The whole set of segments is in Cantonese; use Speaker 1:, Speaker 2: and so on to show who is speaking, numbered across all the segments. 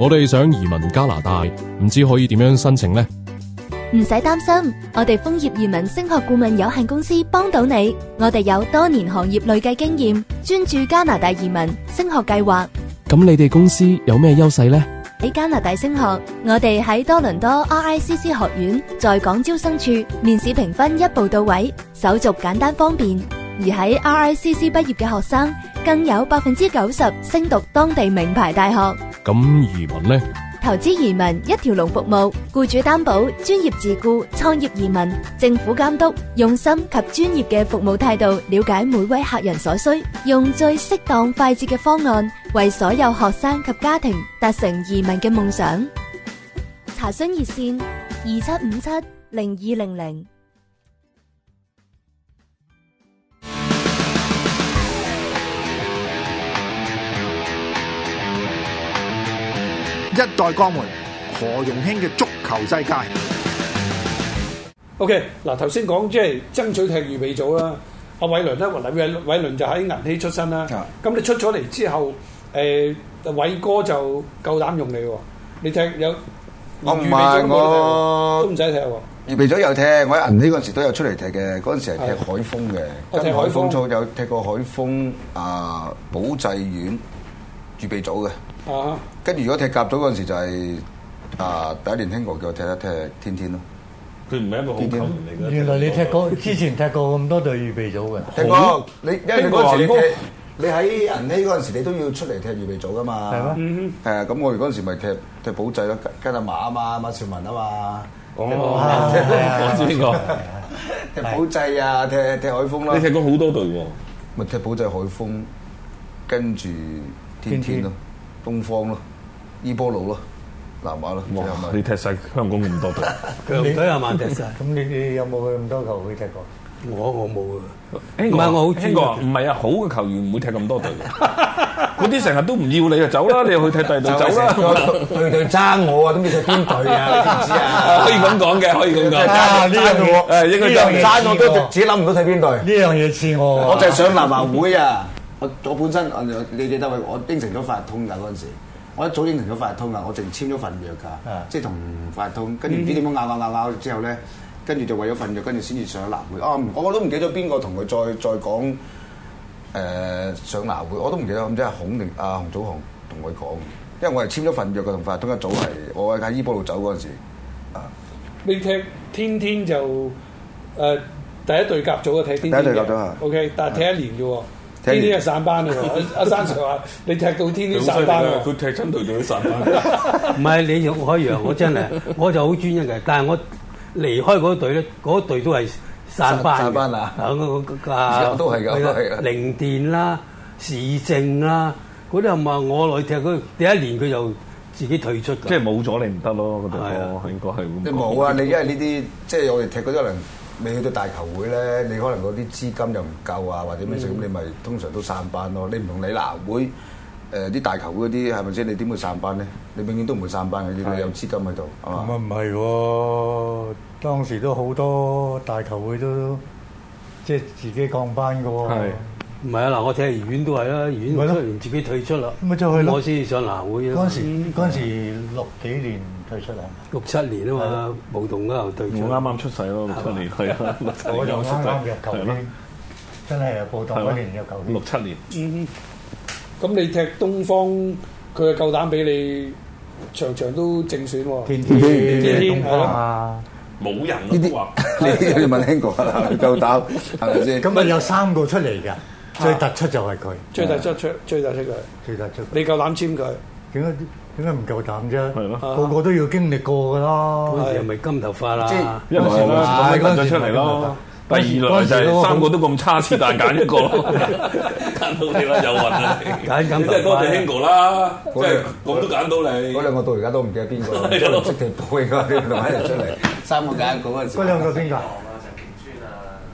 Speaker 1: 我哋想移民加拿大，唔知可以點樣申請呢？
Speaker 2: 唔使擔心，我哋楓葉移民升學顧問有限公司幫到你。我哋有多年行業累計經驗，專注加拿大移民升學計劃。
Speaker 1: 咁你哋公司有咩優勢呢？
Speaker 2: 喺加拿大升學，我哋喺多倫多 RICC 學院在港招生處面試評分一步到位，手續簡單方便。而喺 RICC 畢業嘅學生，更有百分之九十升讀當地名牌大學。
Speaker 1: 咁移民呢？
Speaker 2: 投資移民一條龍服務，僱主擔保、專業自雇、創業移民、政府監督，用心及專業嘅服務態度，了解每位客人所需，用最適當快捷嘅方案，為所有學生及家庭達成移民嘅夢想。查詢熱線：二七五七零二零零。
Speaker 3: 一代鋼門何容興嘅足球世界。
Speaker 4: OK，嗱頭先講即係爭取踢預備組啦，阿偉倫咧，嗱偉偉倫就喺銀禧出身啦。咁你出咗嚟之後，誒偉哥就夠膽用你喎，你踢有
Speaker 5: 我唔
Speaker 4: 連預備組
Speaker 5: 係
Speaker 4: 都冇得踢喎
Speaker 5: 我
Speaker 4: 都唔使踢喎。
Speaker 5: 預備咗有踢，我喺銀禧嗰陣時都有出嚟踢嘅，嗰陣時係踢海風嘅，
Speaker 4: 哦踢
Speaker 5: 跟
Speaker 4: 海
Speaker 5: 海
Speaker 4: 風
Speaker 5: 風組有踢過海風啊保濟院預備組嘅，
Speaker 4: 啊
Speaker 5: 跟住如果踢甲組嗰陣時就係、啊第一年興國叫我踢一踢天天咯，
Speaker 6: 佢唔係一個好球員嚟嘅。
Speaker 7: 原來你踢過，之前踢過咁多隊預備組嘅。
Speaker 5: 踢過你因為你嗰陣時你
Speaker 6: 邊個啊
Speaker 5: 踢你喺銀禧嗰陣時你都要出嚟踢預備組噶嘛，
Speaker 7: 係咩
Speaker 4: 嗯
Speaker 5: 誒咁我哋嗰陣時咪踢踢保濟咯，跟跟阿馬啊嘛，馬少文啊嘛，
Speaker 6: 哦，
Speaker 5: 踢
Speaker 8: 啊
Speaker 6: 我知邊個？
Speaker 5: 踢保濟啊，踢踢海風
Speaker 6: 你
Speaker 5: 啦
Speaker 6: 踢，過好多隊喎，
Speaker 5: 咪踢保濟海風，跟住天天咯，東方咯，伊波魯咯，南華咯，最後
Speaker 6: 哇！
Speaker 5: 咪
Speaker 6: 你踢晒香港咁 多隊，
Speaker 8: 強隊係曼迪晒，
Speaker 7: 咁你哋有冇去咁多球會踢過？
Speaker 8: 我我冇啊。
Speaker 6: 唔
Speaker 8: 唔係我好專
Speaker 6: 聽過，唔係啊，好嘅球員唔會踢咁多隊嘅。嗰啲成日都唔要你就走啦，你又去踢第二隊走啦。
Speaker 8: 隊隊爭我啊，都未踢邊隊啊？你知唔知啊？
Speaker 6: 可以咁講嘅，可以咁講。
Speaker 7: 啊呢樣嘢
Speaker 6: 誒應該
Speaker 7: 呢
Speaker 6: 就
Speaker 7: 樣嘢
Speaker 5: 爭我
Speaker 7: 似
Speaker 5: 都自己諗唔到睇邊
Speaker 7: 呢
Speaker 5: 隊，
Speaker 7: 樣嘢似我
Speaker 5: 我
Speaker 7: 啊。
Speaker 5: 就係上南華會啊！我我本身我你記得喂，我應承咗法通㗎嗰陣時，我一早應承咗法通㗎，我淨簽咗份約
Speaker 7: 啊
Speaker 5: 㗎，即係同法通，跟住唔知點樣拗拗拗拗之後咧，跟住就為咗份約，跟住先至上南會。啊，唔我我都唔記得邊個同佢再再講誒上南會，我都唔記得，唔知係孔定阿洪祖雄同佢講，因為我係簽咗份約嘅，同法通一早係我喺伊波路走嗰陣時。
Speaker 4: 你踢天天就誒、呃第一隊甲組啊，踢天天嘅
Speaker 5: 第一隊甲組啊
Speaker 4: OK，但係踢一年啫喎。
Speaker 5: 踢
Speaker 4: 天
Speaker 5: 一年
Speaker 4: 天係散班嘅喎，阿阿山 Sir 話你踢到天天
Speaker 6: 佢好犀
Speaker 4: 散
Speaker 6: 利
Speaker 4: 班
Speaker 6: 啊！
Speaker 4: 喎
Speaker 6: 佢，踢親隊就去散
Speaker 8: 唔
Speaker 6: 班。
Speaker 8: 係你用開陽，我真係我就好專一嘅。但係我離開嗰隊咧，嗰隊都係散班嘅。
Speaker 5: 散班啊
Speaker 8: 我我
Speaker 5: 而
Speaker 8: 啊
Speaker 5: 家都係㗎
Speaker 8: 係啦
Speaker 5: 係啊
Speaker 8: 零電啦、市政啦，嗰啲係咪我來踢佢？第一年佢就自己退出
Speaker 6: 即係
Speaker 8: 㗎。
Speaker 6: 冇咗你唔得咯，嗰隊
Speaker 8: 係啊
Speaker 6: 波應該係咁講。
Speaker 5: 你冇啊！你因為呢啲即係我哋踢嗰啲可能未去到大球會咧，你可能嗰啲資金又唔夠啊，或者咩事咁，你咪通常都散班咯。你唔同你南會誒啲、大球會嗰啲係咪先？你點會散班咧？你永遠都唔會散班嘅，你有資金喺度係
Speaker 7: 咁啊
Speaker 5: 嘛？
Speaker 7: 唔係喎，當時都好多大球會都即係自己降班嘅喎
Speaker 6: 係。
Speaker 8: 唔係啊！嗱，我踢怡園都係啦，怡園
Speaker 7: 咪
Speaker 8: 出
Speaker 7: 咯
Speaker 8: 完自己退出啦，
Speaker 7: 咪就係咯
Speaker 8: 我先上南會啊
Speaker 7: 嗰陣時嗰陣時六幾年退出嚟，
Speaker 8: 六七年啊嘛，暴動嗰度退出。
Speaker 6: 我啱啱出世咯，六七年係啊，六七
Speaker 7: 我
Speaker 6: 年
Speaker 7: 就
Speaker 6: 我出
Speaker 7: 啱啱入
Speaker 6: 世，
Speaker 7: 球
Speaker 6: 係咯
Speaker 7: 圈，真係暴動
Speaker 6: 係咯
Speaker 7: 嗰年入球圈
Speaker 6: 六。七年。
Speaker 4: 嗯哼，咁你踢東方，佢係夠膽俾你場場都正選喎。
Speaker 7: 天天
Speaker 4: 天天
Speaker 7: 東方啊，
Speaker 6: 冇人
Speaker 5: 呢啲 你你問興哥啦，你夠膽係咪先？
Speaker 7: 咁啊有三個出嚟㗎，最突出就係佢，
Speaker 4: 最大出出最大出佢，
Speaker 7: 最突出。
Speaker 4: 你夠膽簽佢？
Speaker 7: 點解點解唔夠膽啫？
Speaker 6: 係咯
Speaker 7: 個個都要經歷過㗎啦。
Speaker 8: 嗰時係咪金頭髮啦？
Speaker 6: 一來啦，咁咪
Speaker 7: 嗰陣時
Speaker 6: 咗出嚟咯。第二來就係三個都咁差，是但揀一個咯。揀到你啦，有運啊你！
Speaker 8: 揀緊
Speaker 6: 你真係多謝
Speaker 8: 白
Speaker 6: Hingo 啦，即
Speaker 5: 嗰
Speaker 6: 係
Speaker 5: 兩
Speaker 6: 咁都揀到你
Speaker 5: 嗰。兩個到而家都唔記得邊個，
Speaker 6: 係咯
Speaker 5: 都唔識地保應該同埋一齊出嚟，三個揀嗰陣時。
Speaker 7: 嗰兩個邊個？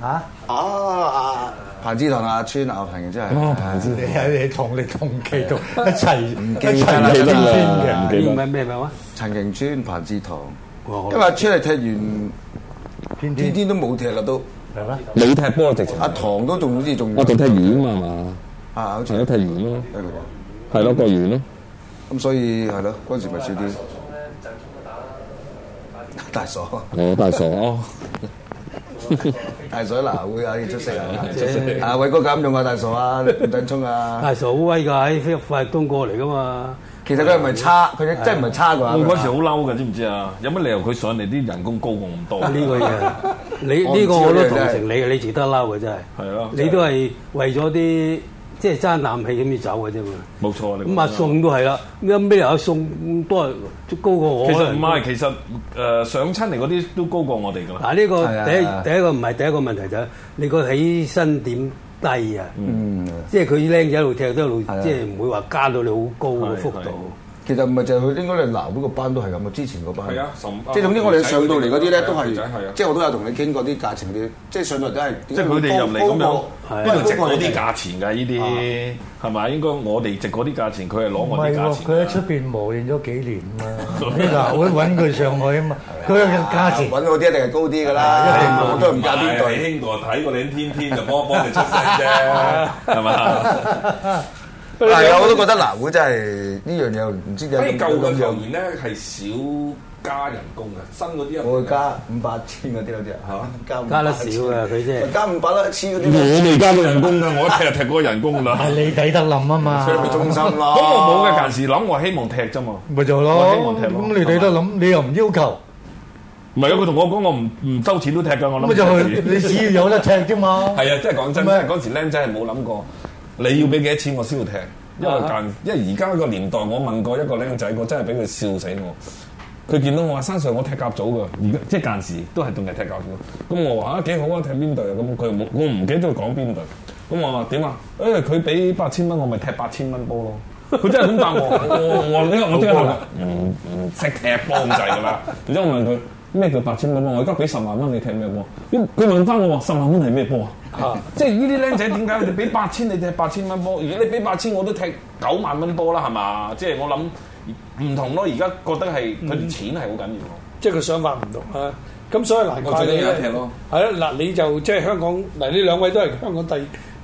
Speaker 7: 嚇！
Speaker 5: 啊啊！彭志堂啊，村啊，彭志真係。
Speaker 1: 哦彭
Speaker 7: 你係你同你同 期同一齊唔
Speaker 5: 記得啦
Speaker 7: 一齊入
Speaker 5: 真係
Speaker 7: 圈嘅。
Speaker 8: 呢唔係咩咩話？
Speaker 5: 陳盈村、彭志堂，
Speaker 8: 哇
Speaker 5: 因為阿村係踢完
Speaker 7: 天
Speaker 5: 天
Speaker 7: 天
Speaker 5: 天都冇踢啦，都
Speaker 7: 係咩？
Speaker 9: 你踢波直情，
Speaker 5: 阿唐都仲好似仲
Speaker 9: 我仲踢遠啊嘛，係嘛？
Speaker 5: 啊，好似
Speaker 9: 係咯，踢遠咯，
Speaker 5: 係咪
Speaker 9: 係咯，個遠咯。
Speaker 5: 咁所以係咯，嗰陣時咪少啲。大傻，
Speaker 9: 我大傻哦，
Speaker 5: 大傻嗱會啊，要出色啊，出色啊！偉哥咁用啊，大傻啊，吳振聰啊，
Speaker 8: 大傻好威㗎，喺飛入快東過嚟㗎嘛。
Speaker 5: 其實佢唔係差，佢真係唔係差啩。
Speaker 6: 我嗰時好嬲嘅，知唔知啊？有乜理由佢上嚟啲人工高過咁多？
Speaker 8: 呢個嘢，你
Speaker 5: 我唔
Speaker 8: 呢個我都
Speaker 5: 知啊
Speaker 8: 同
Speaker 5: 真係
Speaker 8: 情你嘅，你值得嬲嘅真係。
Speaker 6: 係啊咯
Speaker 8: 你都係為咗啲即係爭啖氣咁要走嘅啫嘛。
Speaker 6: 冇錯，啊你講得
Speaker 8: 咁阿
Speaker 6: 啱
Speaker 8: 宋都係啦，咁咩人阿宋都係高過我
Speaker 6: 其
Speaker 8: 啦。
Speaker 6: 實唔係，其實誒、呃上親嚟嗰啲都高過我哋㗎啦。
Speaker 8: 嗱，呢個
Speaker 5: 係啊
Speaker 8: 第
Speaker 5: 係啊
Speaker 8: 一第一個唔係第一個問題就係你個起身點低啊，
Speaker 5: 嗯，
Speaker 8: 即係佢僆仔一路踢都一路，
Speaker 5: 係啊
Speaker 8: 即係唔會話加到你好高嘅幅
Speaker 6: 係係
Speaker 8: 度。
Speaker 5: 其實唔係就係佢應該你鬧嗰個班都係咁啊，之前嗰班
Speaker 6: 係啊十五
Speaker 5: 即係總之我哋上到嚟嗰啲咧
Speaker 6: 係啊
Speaker 5: 都係
Speaker 6: 女仔係啊，
Speaker 5: 即係我都有同你傾過啲價錢嗰啲，即係上到嚟都係
Speaker 6: 即係佢哋入嚟咁樣，邊度值嗰啲
Speaker 5: 價？
Speaker 6: 價錢㗎？呢啲
Speaker 8: 啊
Speaker 6: 係咪？應該我哋值嗰啲價錢，佢係攞
Speaker 7: 唔
Speaker 6: 我
Speaker 7: 係
Speaker 6: 哋價
Speaker 7: 喎，
Speaker 6: 錢
Speaker 7: 佢喺
Speaker 6: 㗎。
Speaker 7: 出邊磨練咗幾年 嘛，呢嗱會揾佢上去啊嘛，佢嘅價錢
Speaker 5: 揾嗰啲一定係高啲㗎
Speaker 7: 係一定
Speaker 5: 啦，
Speaker 7: 高
Speaker 5: 我都係唔教邊隊。
Speaker 6: 兄哥睇過你天天就幫幫你出聲啫，係嘛？
Speaker 5: 係啊，我都覺得嗱，會真係呢樣嘢唔知點解咁咁樣。
Speaker 6: 咧係少加人工嘅，新嗰啲
Speaker 5: 我會加五百千嗰啲好似嚇，加五百
Speaker 8: 加得
Speaker 5: 千
Speaker 8: 少啊佢真係
Speaker 5: 加五百啦，千嗰啲咪
Speaker 9: 我未加過人工㗎，我一踢就踢過人工啦。
Speaker 7: 係你抵得冧啊嘛，
Speaker 5: 咪中心咯。
Speaker 6: 咁我冇嘅，近時諗我希望踢啫嘛。
Speaker 7: 咪就
Speaker 6: 我
Speaker 7: 咯
Speaker 6: 希望踢，咯
Speaker 7: 咁你抵得諗，你又唔要求，
Speaker 6: 唔係啊！佢同我講，我唔唔收錢都踢㗎，我諗。
Speaker 7: 咁就去，你只要有得踢 啫嘛。
Speaker 6: 係啊，即係講真，
Speaker 7: 咩
Speaker 6: 真係嗰時僆仔係冇諗過，你要俾幾多錢我先會踢，因為間，因為而家個年代，我問過一個僆仔，我真係俾佢笑死我。佢見到我話山上我踢甲組㗎，而家即係間時都係仲係踢甲組。咁我話啊幾好啊，踢邊隊啊？咁佢又冇，我唔記得咗講邊隊。咁我話點啊？誒佢俾八千蚊，我咪踢八千蚊波咯。佢真係咁答我，我我呢我即刻話唔唔識踢波咁滯㗎啦。然之後我問佢咩叫八千蚊啊波？我而家俾十萬蚊你踢咩波？佢佢問翻我話十萬蚊係咩波啊？即係呢啲僆仔點解佢哋俾八千你踢八千蚊波？如果你俾八千我都踢九萬蚊波啦，係嘛？即係我諗唔同咯。而家覺得係佢哋錢係好緊要咯。
Speaker 4: 即係佢想法唔同啊。咁所以難怪你啊
Speaker 6: 我最緊要一踢咯
Speaker 4: 係啦，嗱你就即係香港嗱，呢兩位都係香港第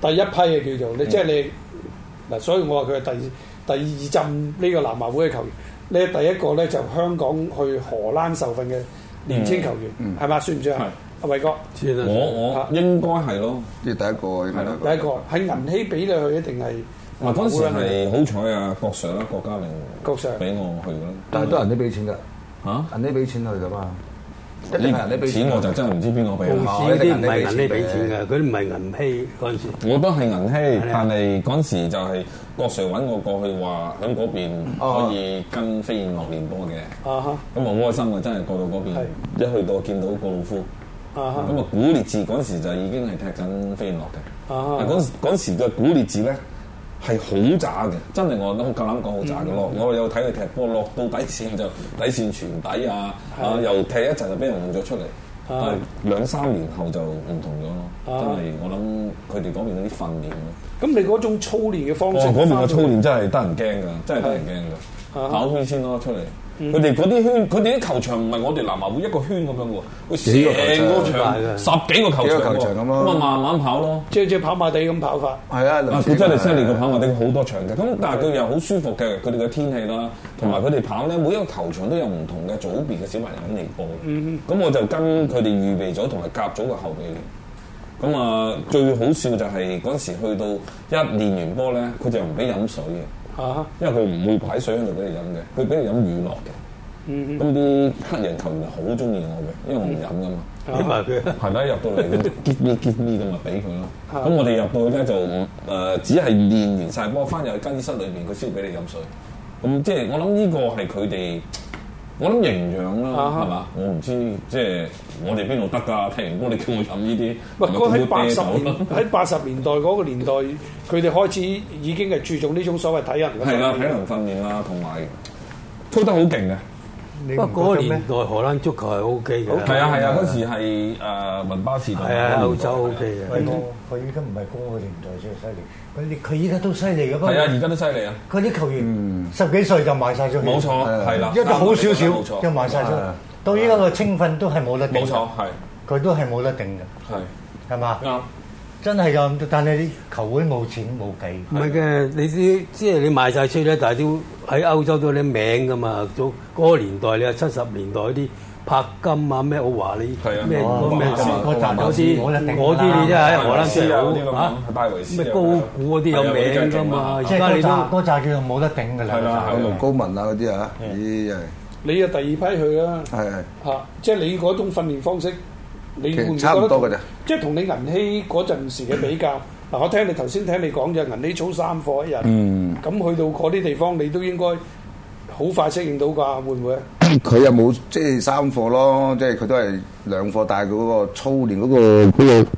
Speaker 4: 第一批嘅叫做
Speaker 6: 嗯
Speaker 4: 你，即係你嗱，所以我話佢係第第二陣呢個南華會嘅球員。你係第一個咧就香港去荷蘭受訓嘅年青球
Speaker 6: 嗯
Speaker 4: 員，係嘛？算唔算啊？阿偉哥，
Speaker 8: 算啦
Speaker 4: 啊
Speaker 6: 應該係咯。
Speaker 5: 即係第一個應該
Speaker 4: 第一個喺銀禧俾你去，一定係
Speaker 6: 嗱嗰陣時係好彩啊，郭 Sir 啦，郭嘉玲
Speaker 4: 郭 Sir
Speaker 6: 俾我去啦。
Speaker 5: 但係都人哋俾錢㗎，
Speaker 6: 嚇！
Speaker 5: 人哋俾錢去㗎嘛，一定係人哋俾哦
Speaker 6: 呢錢我就真係唔知邊個俾啦。
Speaker 8: 公司啲唔係銀呢俾錢嘅，佢啲唔係銀禧嗰陣
Speaker 4: 啊
Speaker 8: 時。
Speaker 6: 我都係銀禧，但係嗰陣時就係郭 Sir 揾我過去話喺嗰邊可以跟飛燕樂練波嘅，
Speaker 4: 啊哈
Speaker 6: 咁我好開心嘅，真係過到嗰邊，一去到見到個老夫，
Speaker 4: 啊哈
Speaker 6: 咁啊古烈治嗰陣時就已經係踢緊飛燕樂嘅。
Speaker 4: 啊
Speaker 6: 嗱
Speaker 4: 哈！
Speaker 6: 嗰陣嗰陣時嘅古烈治咧係好渣嘅，真係我諗夠膽講好渣嘅咯。
Speaker 4: 嗯
Speaker 6: 我有睇佢踢波落到底線就底線傳底啊，啊又踢一陣就俾人換咗出嚟。
Speaker 4: 啊
Speaker 6: 但係兩三年後就唔同咗咯，真係我諗佢哋嗰邊嗰啲訓練啊咯。
Speaker 4: 咁你嗰種操練嘅方
Speaker 6: 哇！
Speaker 4: 式，
Speaker 6: 哦嗰邊嘅操練真係得人驚㗎，真係得人驚
Speaker 4: 啊嗯
Speaker 6: 㗎，跑圈先咯出嚟。佢哋嗰啲圈，佢哋啲球場唔係我哋南華會一個圈咁樣
Speaker 5: 幾個球
Speaker 6: 喎，佢
Speaker 5: 場
Speaker 6: 成個場十幾個球
Speaker 5: 幾
Speaker 6: 場
Speaker 5: 個球
Speaker 6: 喎，
Speaker 5: 場咁咯
Speaker 6: 咁啊慢慢跑咯。
Speaker 4: 即係即係跑馬地咁跑法。
Speaker 5: 係啊，
Speaker 6: 啊！
Speaker 5: 類似
Speaker 6: 佢真係犀利，
Speaker 5: 㗎
Speaker 6: 佢跑馬地佢好多場嘅，咁但係佢又好舒服嘅，佢哋嘅天氣啦，同埋佢哋跑咧，每一個球場都有唔同嘅組別嘅小朋友嚟報。
Speaker 4: 嗯
Speaker 6: 咁我就跟佢哋預備組同埋甲組嘅後備練。咁啊，最好笑就係嗰陣時去到一練完波咧，佢就唔俾飲水嘅，
Speaker 4: 啊哈！
Speaker 6: 因為佢唔會擺水喺度俾你飲嘅，佢俾你飲乳酪嘅。
Speaker 4: 嗯
Speaker 6: 咁啲黑人球員好中意我嘅，因為我唔飲噶嘛。
Speaker 8: 因為佢
Speaker 6: 係啦，入 到嚟佢 get me get me 咁咪俾佢咯。
Speaker 4: 啊
Speaker 6: 咁我哋入到去咧就唔誒，只係練完晒波，翻入去更衣室裏邊，佢先會俾你飲水。咁即係我諗呢個係佢哋我諗營養啦，
Speaker 4: 啊哈
Speaker 6: 係嘛？我唔知即係我哋邊度得㗎？踢完波你叫我飲呢啲，
Speaker 4: 唔係嗰喺
Speaker 6: 係
Speaker 4: 八
Speaker 6: 咪
Speaker 4: 十
Speaker 6: 叫杯啤酒
Speaker 4: 年喺八十年代嗰個年代，佢哋開始已經係注重呢種所謂體能嘅
Speaker 6: 係啊啦，體
Speaker 4: 訓練
Speaker 6: 能訓練啦，同埋推得好勁啊嘅。
Speaker 7: 你
Speaker 8: 不過嗰
Speaker 7: 唔
Speaker 8: 個
Speaker 7: 覺得
Speaker 8: 年
Speaker 7: 咩？
Speaker 8: 代荷蘭足球係 O K 嘅，
Speaker 6: 係啊係啊，嗰時係誒文巴時代，
Speaker 8: 係啊，歐洲 O K
Speaker 7: 喂
Speaker 8: 嘅。
Speaker 7: 我佢依家唔係嗰個年代最犀利，佢哋佢依家都犀利嘅，不過
Speaker 6: 係啊，而家都犀利啊！
Speaker 7: 佢啲球員十幾歲就賣晒咗佢，
Speaker 6: 冇錯係啦
Speaker 7: 一個好少
Speaker 6: 冇
Speaker 7: 少
Speaker 6: 錯
Speaker 7: 就賣晒咗。到依家個青訓都係冇得定，
Speaker 6: 冇錯，係
Speaker 7: 佢都係冇得定嘅，
Speaker 6: 係
Speaker 7: 係嘛？
Speaker 6: 啱。
Speaker 7: 真係咁，但係啲球會冇錢冇計，
Speaker 8: 唔係嘅，你啲即係你賣晒出咧，但係都喺歐洲都有啲名噶嘛。早嗰個年代，你話七十年代嗰啲柏金啊、咩奧華利
Speaker 6: 係啊、
Speaker 8: 咩
Speaker 6: 哦
Speaker 8: 嗰咩
Speaker 6: 馬斯
Speaker 7: 嗰扎
Speaker 8: 嗰啲
Speaker 7: 冇得定
Speaker 8: 嗰啲你真係喺荷蘭真係
Speaker 6: 戴維斯啊嗰啲咁
Speaker 8: 好
Speaker 6: 樣戴維斯啊
Speaker 8: 咩高估嗰啲有名噶嘛。而
Speaker 7: 即係
Speaker 8: 家你都
Speaker 7: 嗰扎嗰扎叫做冇得定㗎啦。
Speaker 6: 係啦
Speaker 7: 嗰
Speaker 6: 係
Speaker 7: 扎
Speaker 6: 啦
Speaker 5: 高文啊嗰啲啊，咦真係
Speaker 4: 你又第二批去啦，
Speaker 5: 係係
Speaker 4: 嚇！即係你嗰種訓練方式，你
Speaker 5: 其
Speaker 4: 會唔會
Speaker 5: 實
Speaker 4: 覺得
Speaker 5: 差唔多㗎咋。
Speaker 4: 即係同你銀禧嗰陣時嘅 比較。嗱，我聽你頭先聽你講就銀禧操三課一日，咁、
Speaker 5: 嗯
Speaker 4: 去到嗰啲地方，你都應該好快適應到㗎，會唔會啊？
Speaker 5: 佢又冇即係三課咯，即係佢都係兩課，但係佢嗰個操練嗰、個嗰、個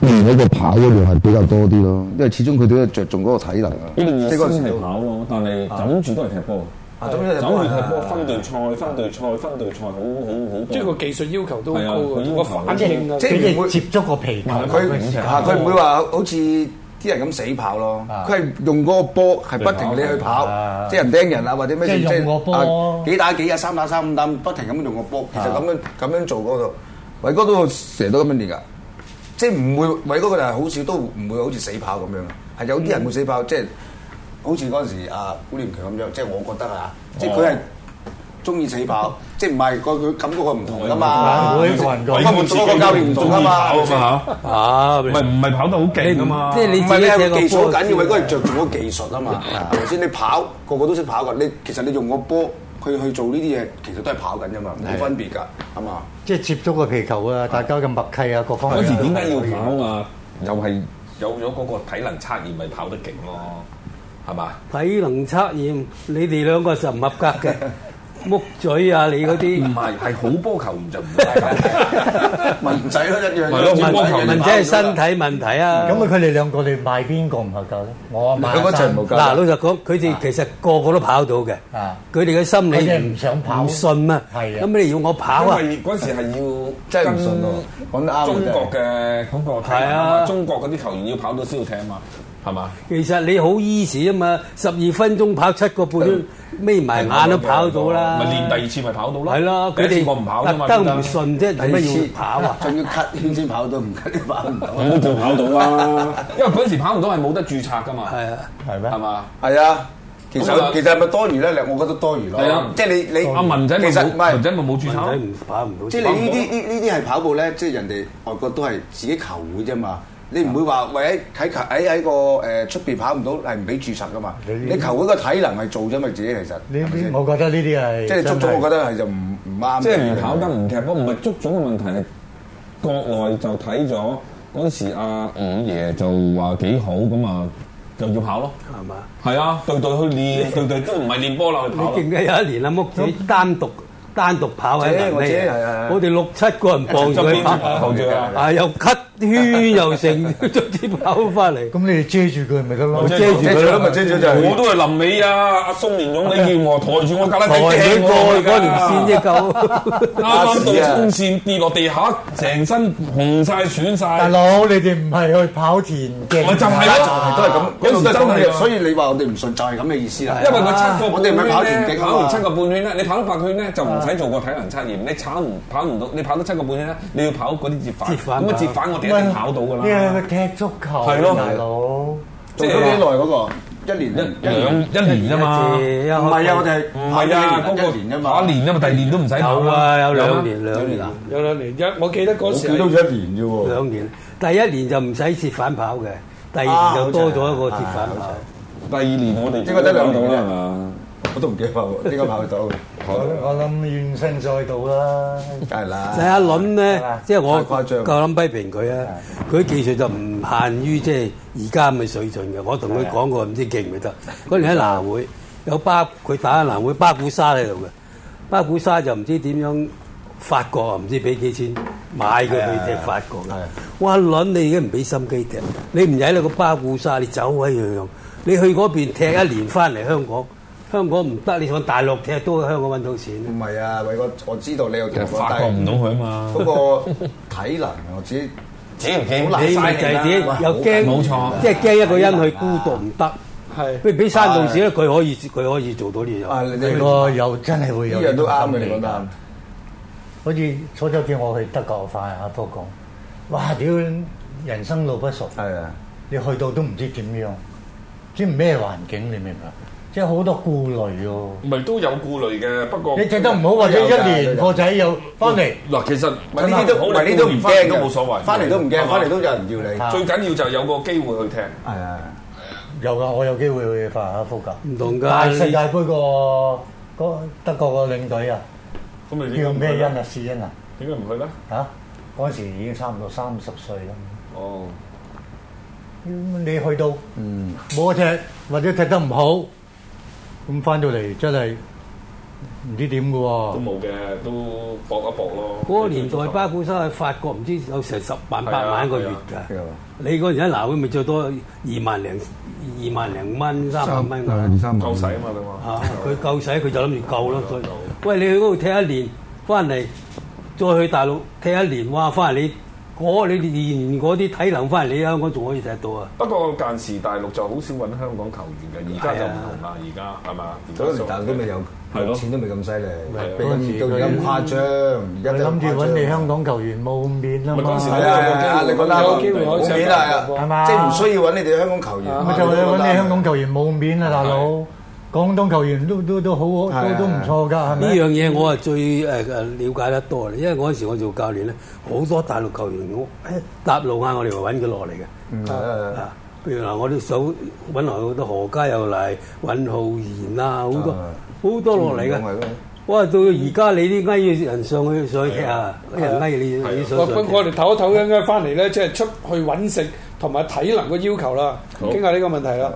Speaker 5: 嗯嗰、個跑嗰度係比較多啲咯，因為始終佢都係着重嗰個體能啊，
Speaker 6: 一定要
Speaker 5: 即係嗰陣
Speaker 6: 先
Speaker 5: 時
Speaker 6: 係
Speaker 5: 都
Speaker 6: 跑咯，但係枕住都係踢波。
Speaker 5: 啊，咁
Speaker 6: 走去踢波，分隊賽，分隊賽，分隊賽，好好好。
Speaker 4: 即係個技術要求都好
Speaker 6: 係啊
Speaker 4: 高㗎，
Speaker 6: 佢要求
Speaker 4: 同個反應啊，
Speaker 5: 即
Speaker 7: 佢
Speaker 5: 係唔
Speaker 7: 哋
Speaker 5: 會
Speaker 7: 接觸個皮球，
Speaker 5: 佢啊佢唔會話好似啲人咁死跑咯，佢係用嗰個波係不停你去跑
Speaker 7: 啊，
Speaker 5: 即係人盯人啊或者咩事，
Speaker 7: 即係用個波
Speaker 5: 啊幾打幾啊三打三五打，不停咁用個波，其實咁樣咁樣做嗰度，偉哥都成日都咁樣練㗎，即係唔會偉哥佢哋係好少都唔會好似死跑咁樣，係有啲人會死跑，即係好似嗰陣時啊古連強咁樣，即係我覺得啊，即係佢係。中意死跑，即係唔係個佢感覺佢唔同㗎嘛？
Speaker 7: 每個人個
Speaker 5: 咁我做個教練唔同㗎嘛？係咪先
Speaker 8: 啊，
Speaker 6: 唔係唔係跑得好勁啊嘛？
Speaker 8: 即係你
Speaker 5: 唔係
Speaker 8: 自
Speaker 5: 你
Speaker 8: 己
Speaker 5: 係
Speaker 8: 踢
Speaker 5: 個
Speaker 8: 個
Speaker 5: 技術
Speaker 8: 波
Speaker 5: 緊要，偉哥係着重嗰個技術啊嘛，係咪先？你跑個個都識跑㗎，你其實你用個波佢去做呢啲嘢，其實都係跑緊啫嘛，冇分別㗎，係嘛？
Speaker 7: 即係接觸個皮球啊，大家嘅默契啊，各方面
Speaker 6: 嗰
Speaker 7: 啊。
Speaker 6: 時點解要跑啊？又係有咗嗰個體能測驗，咪跑得勁咯，係嘛？
Speaker 8: 體能測驗，你哋兩個就唔合格 嘅，木嘴啊你嗰
Speaker 6: 唔
Speaker 8: 啲。
Speaker 6: 係係好波球員就唔 會係
Speaker 5: 文仔都一樣
Speaker 6: 係咯
Speaker 5: 文
Speaker 6: 波球
Speaker 8: 文仔係身體問題啊！
Speaker 7: 咁佢哋兩個你買邊個唔合格咧？我買
Speaker 5: 兩個就唔合格
Speaker 8: 嗱，老實講，佢哋其實個個都跑到嘅，
Speaker 7: 啊
Speaker 8: 佢哋嘅心
Speaker 7: 佢哋
Speaker 8: 理
Speaker 7: 唔想跑
Speaker 8: 唔信啊。
Speaker 7: 係啊
Speaker 8: 咁你要我跑啊？
Speaker 6: 因為嗰時係要
Speaker 5: 真係唔信喎講得啱啊真
Speaker 6: 中
Speaker 5: 係
Speaker 6: 國嘅嗰個體
Speaker 8: 係
Speaker 6: 能
Speaker 8: 啊
Speaker 6: 嘛，中國嗰啲球員要跑到先要踢啊嘛，係嘛？
Speaker 8: 其實你好 easy 啊嘛，十二分鐘跑七個半圈，
Speaker 6: 嗯
Speaker 8: 眯埋眼都跑到啦。
Speaker 6: 咪練第二次咪跑到咯。
Speaker 8: 係啦，佢
Speaker 6: 第一
Speaker 8: 哋
Speaker 6: 次我唔跑啫嘛，
Speaker 8: 特登唔信啫，做乜要跑啊？
Speaker 5: 仲要 cut 圈先跑到，唔 cut 跑唔到。啊
Speaker 6: 我就跑到啦， 因為嗰時跑唔到係冇得註冊噶嘛，
Speaker 8: 係啊，
Speaker 7: 係咩
Speaker 6: 係？嘛？
Speaker 5: 係啊，其
Speaker 6: 咁啊
Speaker 5: 實其實係咪多餘咧？你我覺得多餘咯
Speaker 6: 係啊，
Speaker 5: 即係你你
Speaker 6: 阿文仔
Speaker 5: 其
Speaker 6: 咪
Speaker 5: 實
Speaker 6: 冇
Speaker 5: 唔係
Speaker 6: 文仔咪冇註
Speaker 8: 文仔
Speaker 6: 冊
Speaker 8: 唔跑唔到。
Speaker 5: 即係你呢啲呢呢啲係跑步咧，即係人哋外國都係自己球會啫嘛。你唔會話喂喺喺球喺喺個誒出邊跑唔到係唔俾註冊噶嘛？
Speaker 7: 你
Speaker 5: 你球會個體能係做啫嘛，自己其實
Speaker 7: 呢
Speaker 5: 係咪先
Speaker 7: 啲我覺得呢啲係
Speaker 5: 即係足
Speaker 7: 真
Speaker 5: 總，
Speaker 7: 係
Speaker 5: 我覺得係就唔唔啱嘅。
Speaker 6: 即係唔跑得唔踢波，唔係足總嘅問題，係國內就睇咗嗰陣時阿五爺就話幾好咁啊，就要跑咯。
Speaker 8: 係嘛？
Speaker 6: 係啊，隊隊去 練，隊隊都唔係練波啦，去
Speaker 8: 你
Speaker 6: 跑
Speaker 8: 記
Speaker 6: 啦
Speaker 8: 唔記得有一年阿啊木仔單獨單獨跑喺
Speaker 5: 我
Speaker 8: 南
Speaker 5: 知
Speaker 8: 呢啊
Speaker 5: 係係係
Speaker 8: 我哋六七個人傍住
Speaker 6: 側
Speaker 8: 佢
Speaker 6: 邊
Speaker 8: 跑
Speaker 6: 跑，住啊。
Speaker 8: 啊又咳圈又成， 總之跑翻嚟。
Speaker 7: 咁你哋遮住佢咪得咯，
Speaker 6: 我遮住
Speaker 5: 遮住啦，咪遮住就
Speaker 6: 我
Speaker 5: 係
Speaker 6: 都係臨尾啊！阿松連勇，你叫我抬住我架拉
Speaker 8: 抬佢過去嗰條線
Speaker 6: 啫，
Speaker 8: 啫夠。
Speaker 6: 啱
Speaker 5: 啊
Speaker 6: 啱到中線跌落地下，成身紅晒損晒
Speaker 7: 大。佬你哋唔係去跑田徑，
Speaker 6: 我就係咯
Speaker 5: 都係咁，
Speaker 6: 嗰時
Speaker 5: 都係咁
Speaker 6: 真係
Speaker 5: 嘅。
Speaker 6: 啊
Speaker 5: 所以你話我哋唔順就係咁嘅意思啦。啊
Speaker 6: 因為佢七個
Speaker 5: 我哋唔係跑
Speaker 6: 半
Speaker 5: 田
Speaker 6: 圈咧，
Speaker 5: 徑
Speaker 6: 跑
Speaker 5: 啊
Speaker 6: 完
Speaker 5: 嘛
Speaker 6: 七個半圈咧，你跑到八圈咧就唔使做個體能測驗，你跑唔跑唔到，你跑到七個半圈咧，你要跑嗰啲折返，
Speaker 8: 折返
Speaker 6: 咁啊折返我哋一定跑到噶
Speaker 7: 你係
Speaker 6: 啦，
Speaker 7: 去踢足球，
Speaker 6: 係咯
Speaker 7: 大佬。
Speaker 5: 做咗幾耐嗰個一年
Speaker 6: 一兩一年啫嘛，
Speaker 5: 唔係啊，我哋
Speaker 6: 唔係啊，嗰個
Speaker 5: 一年啫
Speaker 6: 跑
Speaker 5: 嘛，
Speaker 6: 一年啫嘛，第二年都唔使跑
Speaker 8: 有
Speaker 6: 啦，
Speaker 8: 啊，有兩年兩年
Speaker 4: 有兩年一，我記得嗰
Speaker 5: 我
Speaker 4: 時
Speaker 5: 記得
Speaker 4: 係
Speaker 5: 好似一年啫喎。
Speaker 8: 兩年，第一年就唔使折返跑嘅，第二年就多咗一個折返跑。
Speaker 6: 第二年我哋
Speaker 5: 應該得兩年
Speaker 6: 跑
Speaker 5: 啫
Speaker 6: 到啦係嘛，
Speaker 5: 我都唔記得跑喎，應該跑到，
Speaker 7: 我我諗怨聲載道啦，
Speaker 5: 梗係啦。
Speaker 8: 就阿倫咧
Speaker 7: 係嘛，
Speaker 8: 即係我
Speaker 5: 太誇張
Speaker 8: 夠諗批評佢啊！佢技術就唔限於即係而家咁嘅水準嘅。我同佢講過，唔知記唔記得嗰年喺南會有巴佢打喺南會巴古沙喺度嘅，巴古沙就唔知點樣法國啊，唔知俾幾錢買佢
Speaker 5: 係啊
Speaker 8: 去踢法國啊！哇，撚你已經唔俾心機踢，你唔喺呢個巴古沙，你走鬼樣，你去嗰邊踢一年翻嚟香港，香港唔得，你上大陸踢都喺香港揾到錢。
Speaker 5: 唔係啊，偉哥，我知道你有同我
Speaker 6: 發覺唔到佢啊嘛
Speaker 5: 嗰個體能我自己
Speaker 6: 自己唔記
Speaker 5: 好難
Speaker 8: 你咪
Speaker 5: 嘥
Speaker 8: 就係自
Speaker 5: 氣
Speaker 8: 己
Speaker 5: 啦
Speaker 8: 又驚，
Speaker 6: 冇錯
Speaker 8: 即係 驚一個人去孤獨唔得。
Speaker 4: 係
Speaker 8: 俾俾山道士咧，佢可以佢可以做到呢樣。
Speaker 5: 啊，你
Speaker 7: 呢個又真係會
Speaker 5: 呢
Speaker 7: 有
Speaker 5: 樣都啱嘅，
Speaker 7: 嘅，
Speaker 5: 你講得啱。
Speaker 7: 好似初初叫我去德國快阿科講，哇！屌人生路不熟，
Speaker 5: 係啊，
Speaker 7: 你去到都唔知點樣，知唔咩環境，你明唔明啊？即係好多顧慮喎。
Speaker 9: 咪都有顧慮嘅，不過
Speaker 7: 你踢得唔好， 或者一年個仔又翻嚟，
Speaker 9: 嗱，其實
Speaker 5: 唔係呢啲都唔係呢啲都唔
Speaker 9: 翻嚟
Speaker 5: 驚
Speaker 9: 都冇所謂，
Speaker 5: 翻嚟都唔
Speaker 9: 係
Speaker 5: 驚，
Speaker 9: 嘛
Speaker 5: 翻嚟都有人要你。
Speaker 9: 最緊要就有個機會去踢。
Speaker 5: 係啊，
Speaker 7: 有㗎，我有機會去法蘭克福㗎。
Speaker 8: 唔同㗎
Speaker 7: 但係
Speaker 8: 你
Speaker 7: 世界盃個嗰德國個領隊啊，
Speaker 9: 咁咪
Speaker 7: 叫咩恩啊？士恩啊？
Speaker 6: à.
Speaker 9: 點解唔去咧？
Speaker 7: 嚇！嗰陣時已經差唔多三十歲啦。
Speaker 9: 哦，
Speaker 7: 咁你去到冇得踢，或者踢得唔好，咁翻到嚟真係唔知點嘅
Speaker 9: 都
Speaker 7: 喎。
Speaker 9: 冇嘅，都搏一搏咯。
Speaker 8: 嗰個年代巴古沙去法國唔知有成十萬八萬一個月㗎。
Speaker 5: 係啊
Speaker 8: 你嗰陣時喺南會咪最多二萬零二萬零蚊三萬蚊㗎。
Speaker 5: 三
Speaker 9: 夠使啊嘛，你
Speaker 6: Ờ.
Speaker 9: 話
Speaker 8: 啊！佢夠使，佢就諗住夠咯。佢喂，你去嗰度踢一年，翻嚟再去大陸踢一年，哇！翻嚟你嗰你練嗰啲體能翻嚟，你香港仲可以踢到啊！
Speaker 9: 不過間時大陸就好少揾香港球員嘅，而家就唔同啦，而家係嘛？
Speaker 5: 嗰年大陸都未有，
Speaker 9: 係咯
Speaker 5: 錢都未咁犀利，
Speaker 9: 係
Speaker 5: 俾咁到而家咁誇張，而家
Speaker 7: 佢
Speaker 5: 都
Speaker 7: 諗
Speaker 5: 咁誇
Speaker 7: 住
Speaker 5: 張
Speaker 7: 揾你香港球員冇面啊
Speaker 9: 咪嗰陣時
Speaker 7: 嘛
Speaker 9: 都，
Speaker 5: 係啊，你覺得
Speaker 4: 有機會可以
Speaker 5: 冇
Speaker 4: 上
Speaker 5: 面啊，係
Speaker 7: 係
Speaker 5: 啊
Speaker 7: 嘛
Speaker 5: 即係唔需要揾你哋香港球員，
Speaker 7: 啊咪就係揾你香港球員冇面啊，大佬。廣東球員都都都好，
Speaker 5: 係
Speaker 7: 都
Speaker 5: 啊
Speaker 7: 都唔錯㗎，係
Speaker 8: 呢
Speaker 7: 咪？
Speaker 8: 樣嘢我係啊最誒
Speaker 9: 啊
Speaker 8: 誒了解得多嘅，因為嗰陣時我做教練咧，好多大陸球員我誒搭路嗌我哋揾佢落嚟嘅。
Speaker 5: 嗯
Speaker 8: 啊，譬如嗱，我啲手揾來好多何家又嚟，尹浩然啦，好多
Speaker 5: 啊
Speaker 8: 好多落嚟
Speaker 5: 嗯係
Speaker 8: 嘅
Speaker 5: 咯。
Speaker 8: 哇！到而家你啲嗌人上去上去踢啊，啲人嗌你你
Speaker 4: 我
Speaker 8: 上上
Speaker 4: 不過我
Speaker 8: 踢
Speaker 4: 哋唞一唞，應該翻嚟咧，即係出去揾食同埋體能嘅要求啦，傾下呢個問題啦。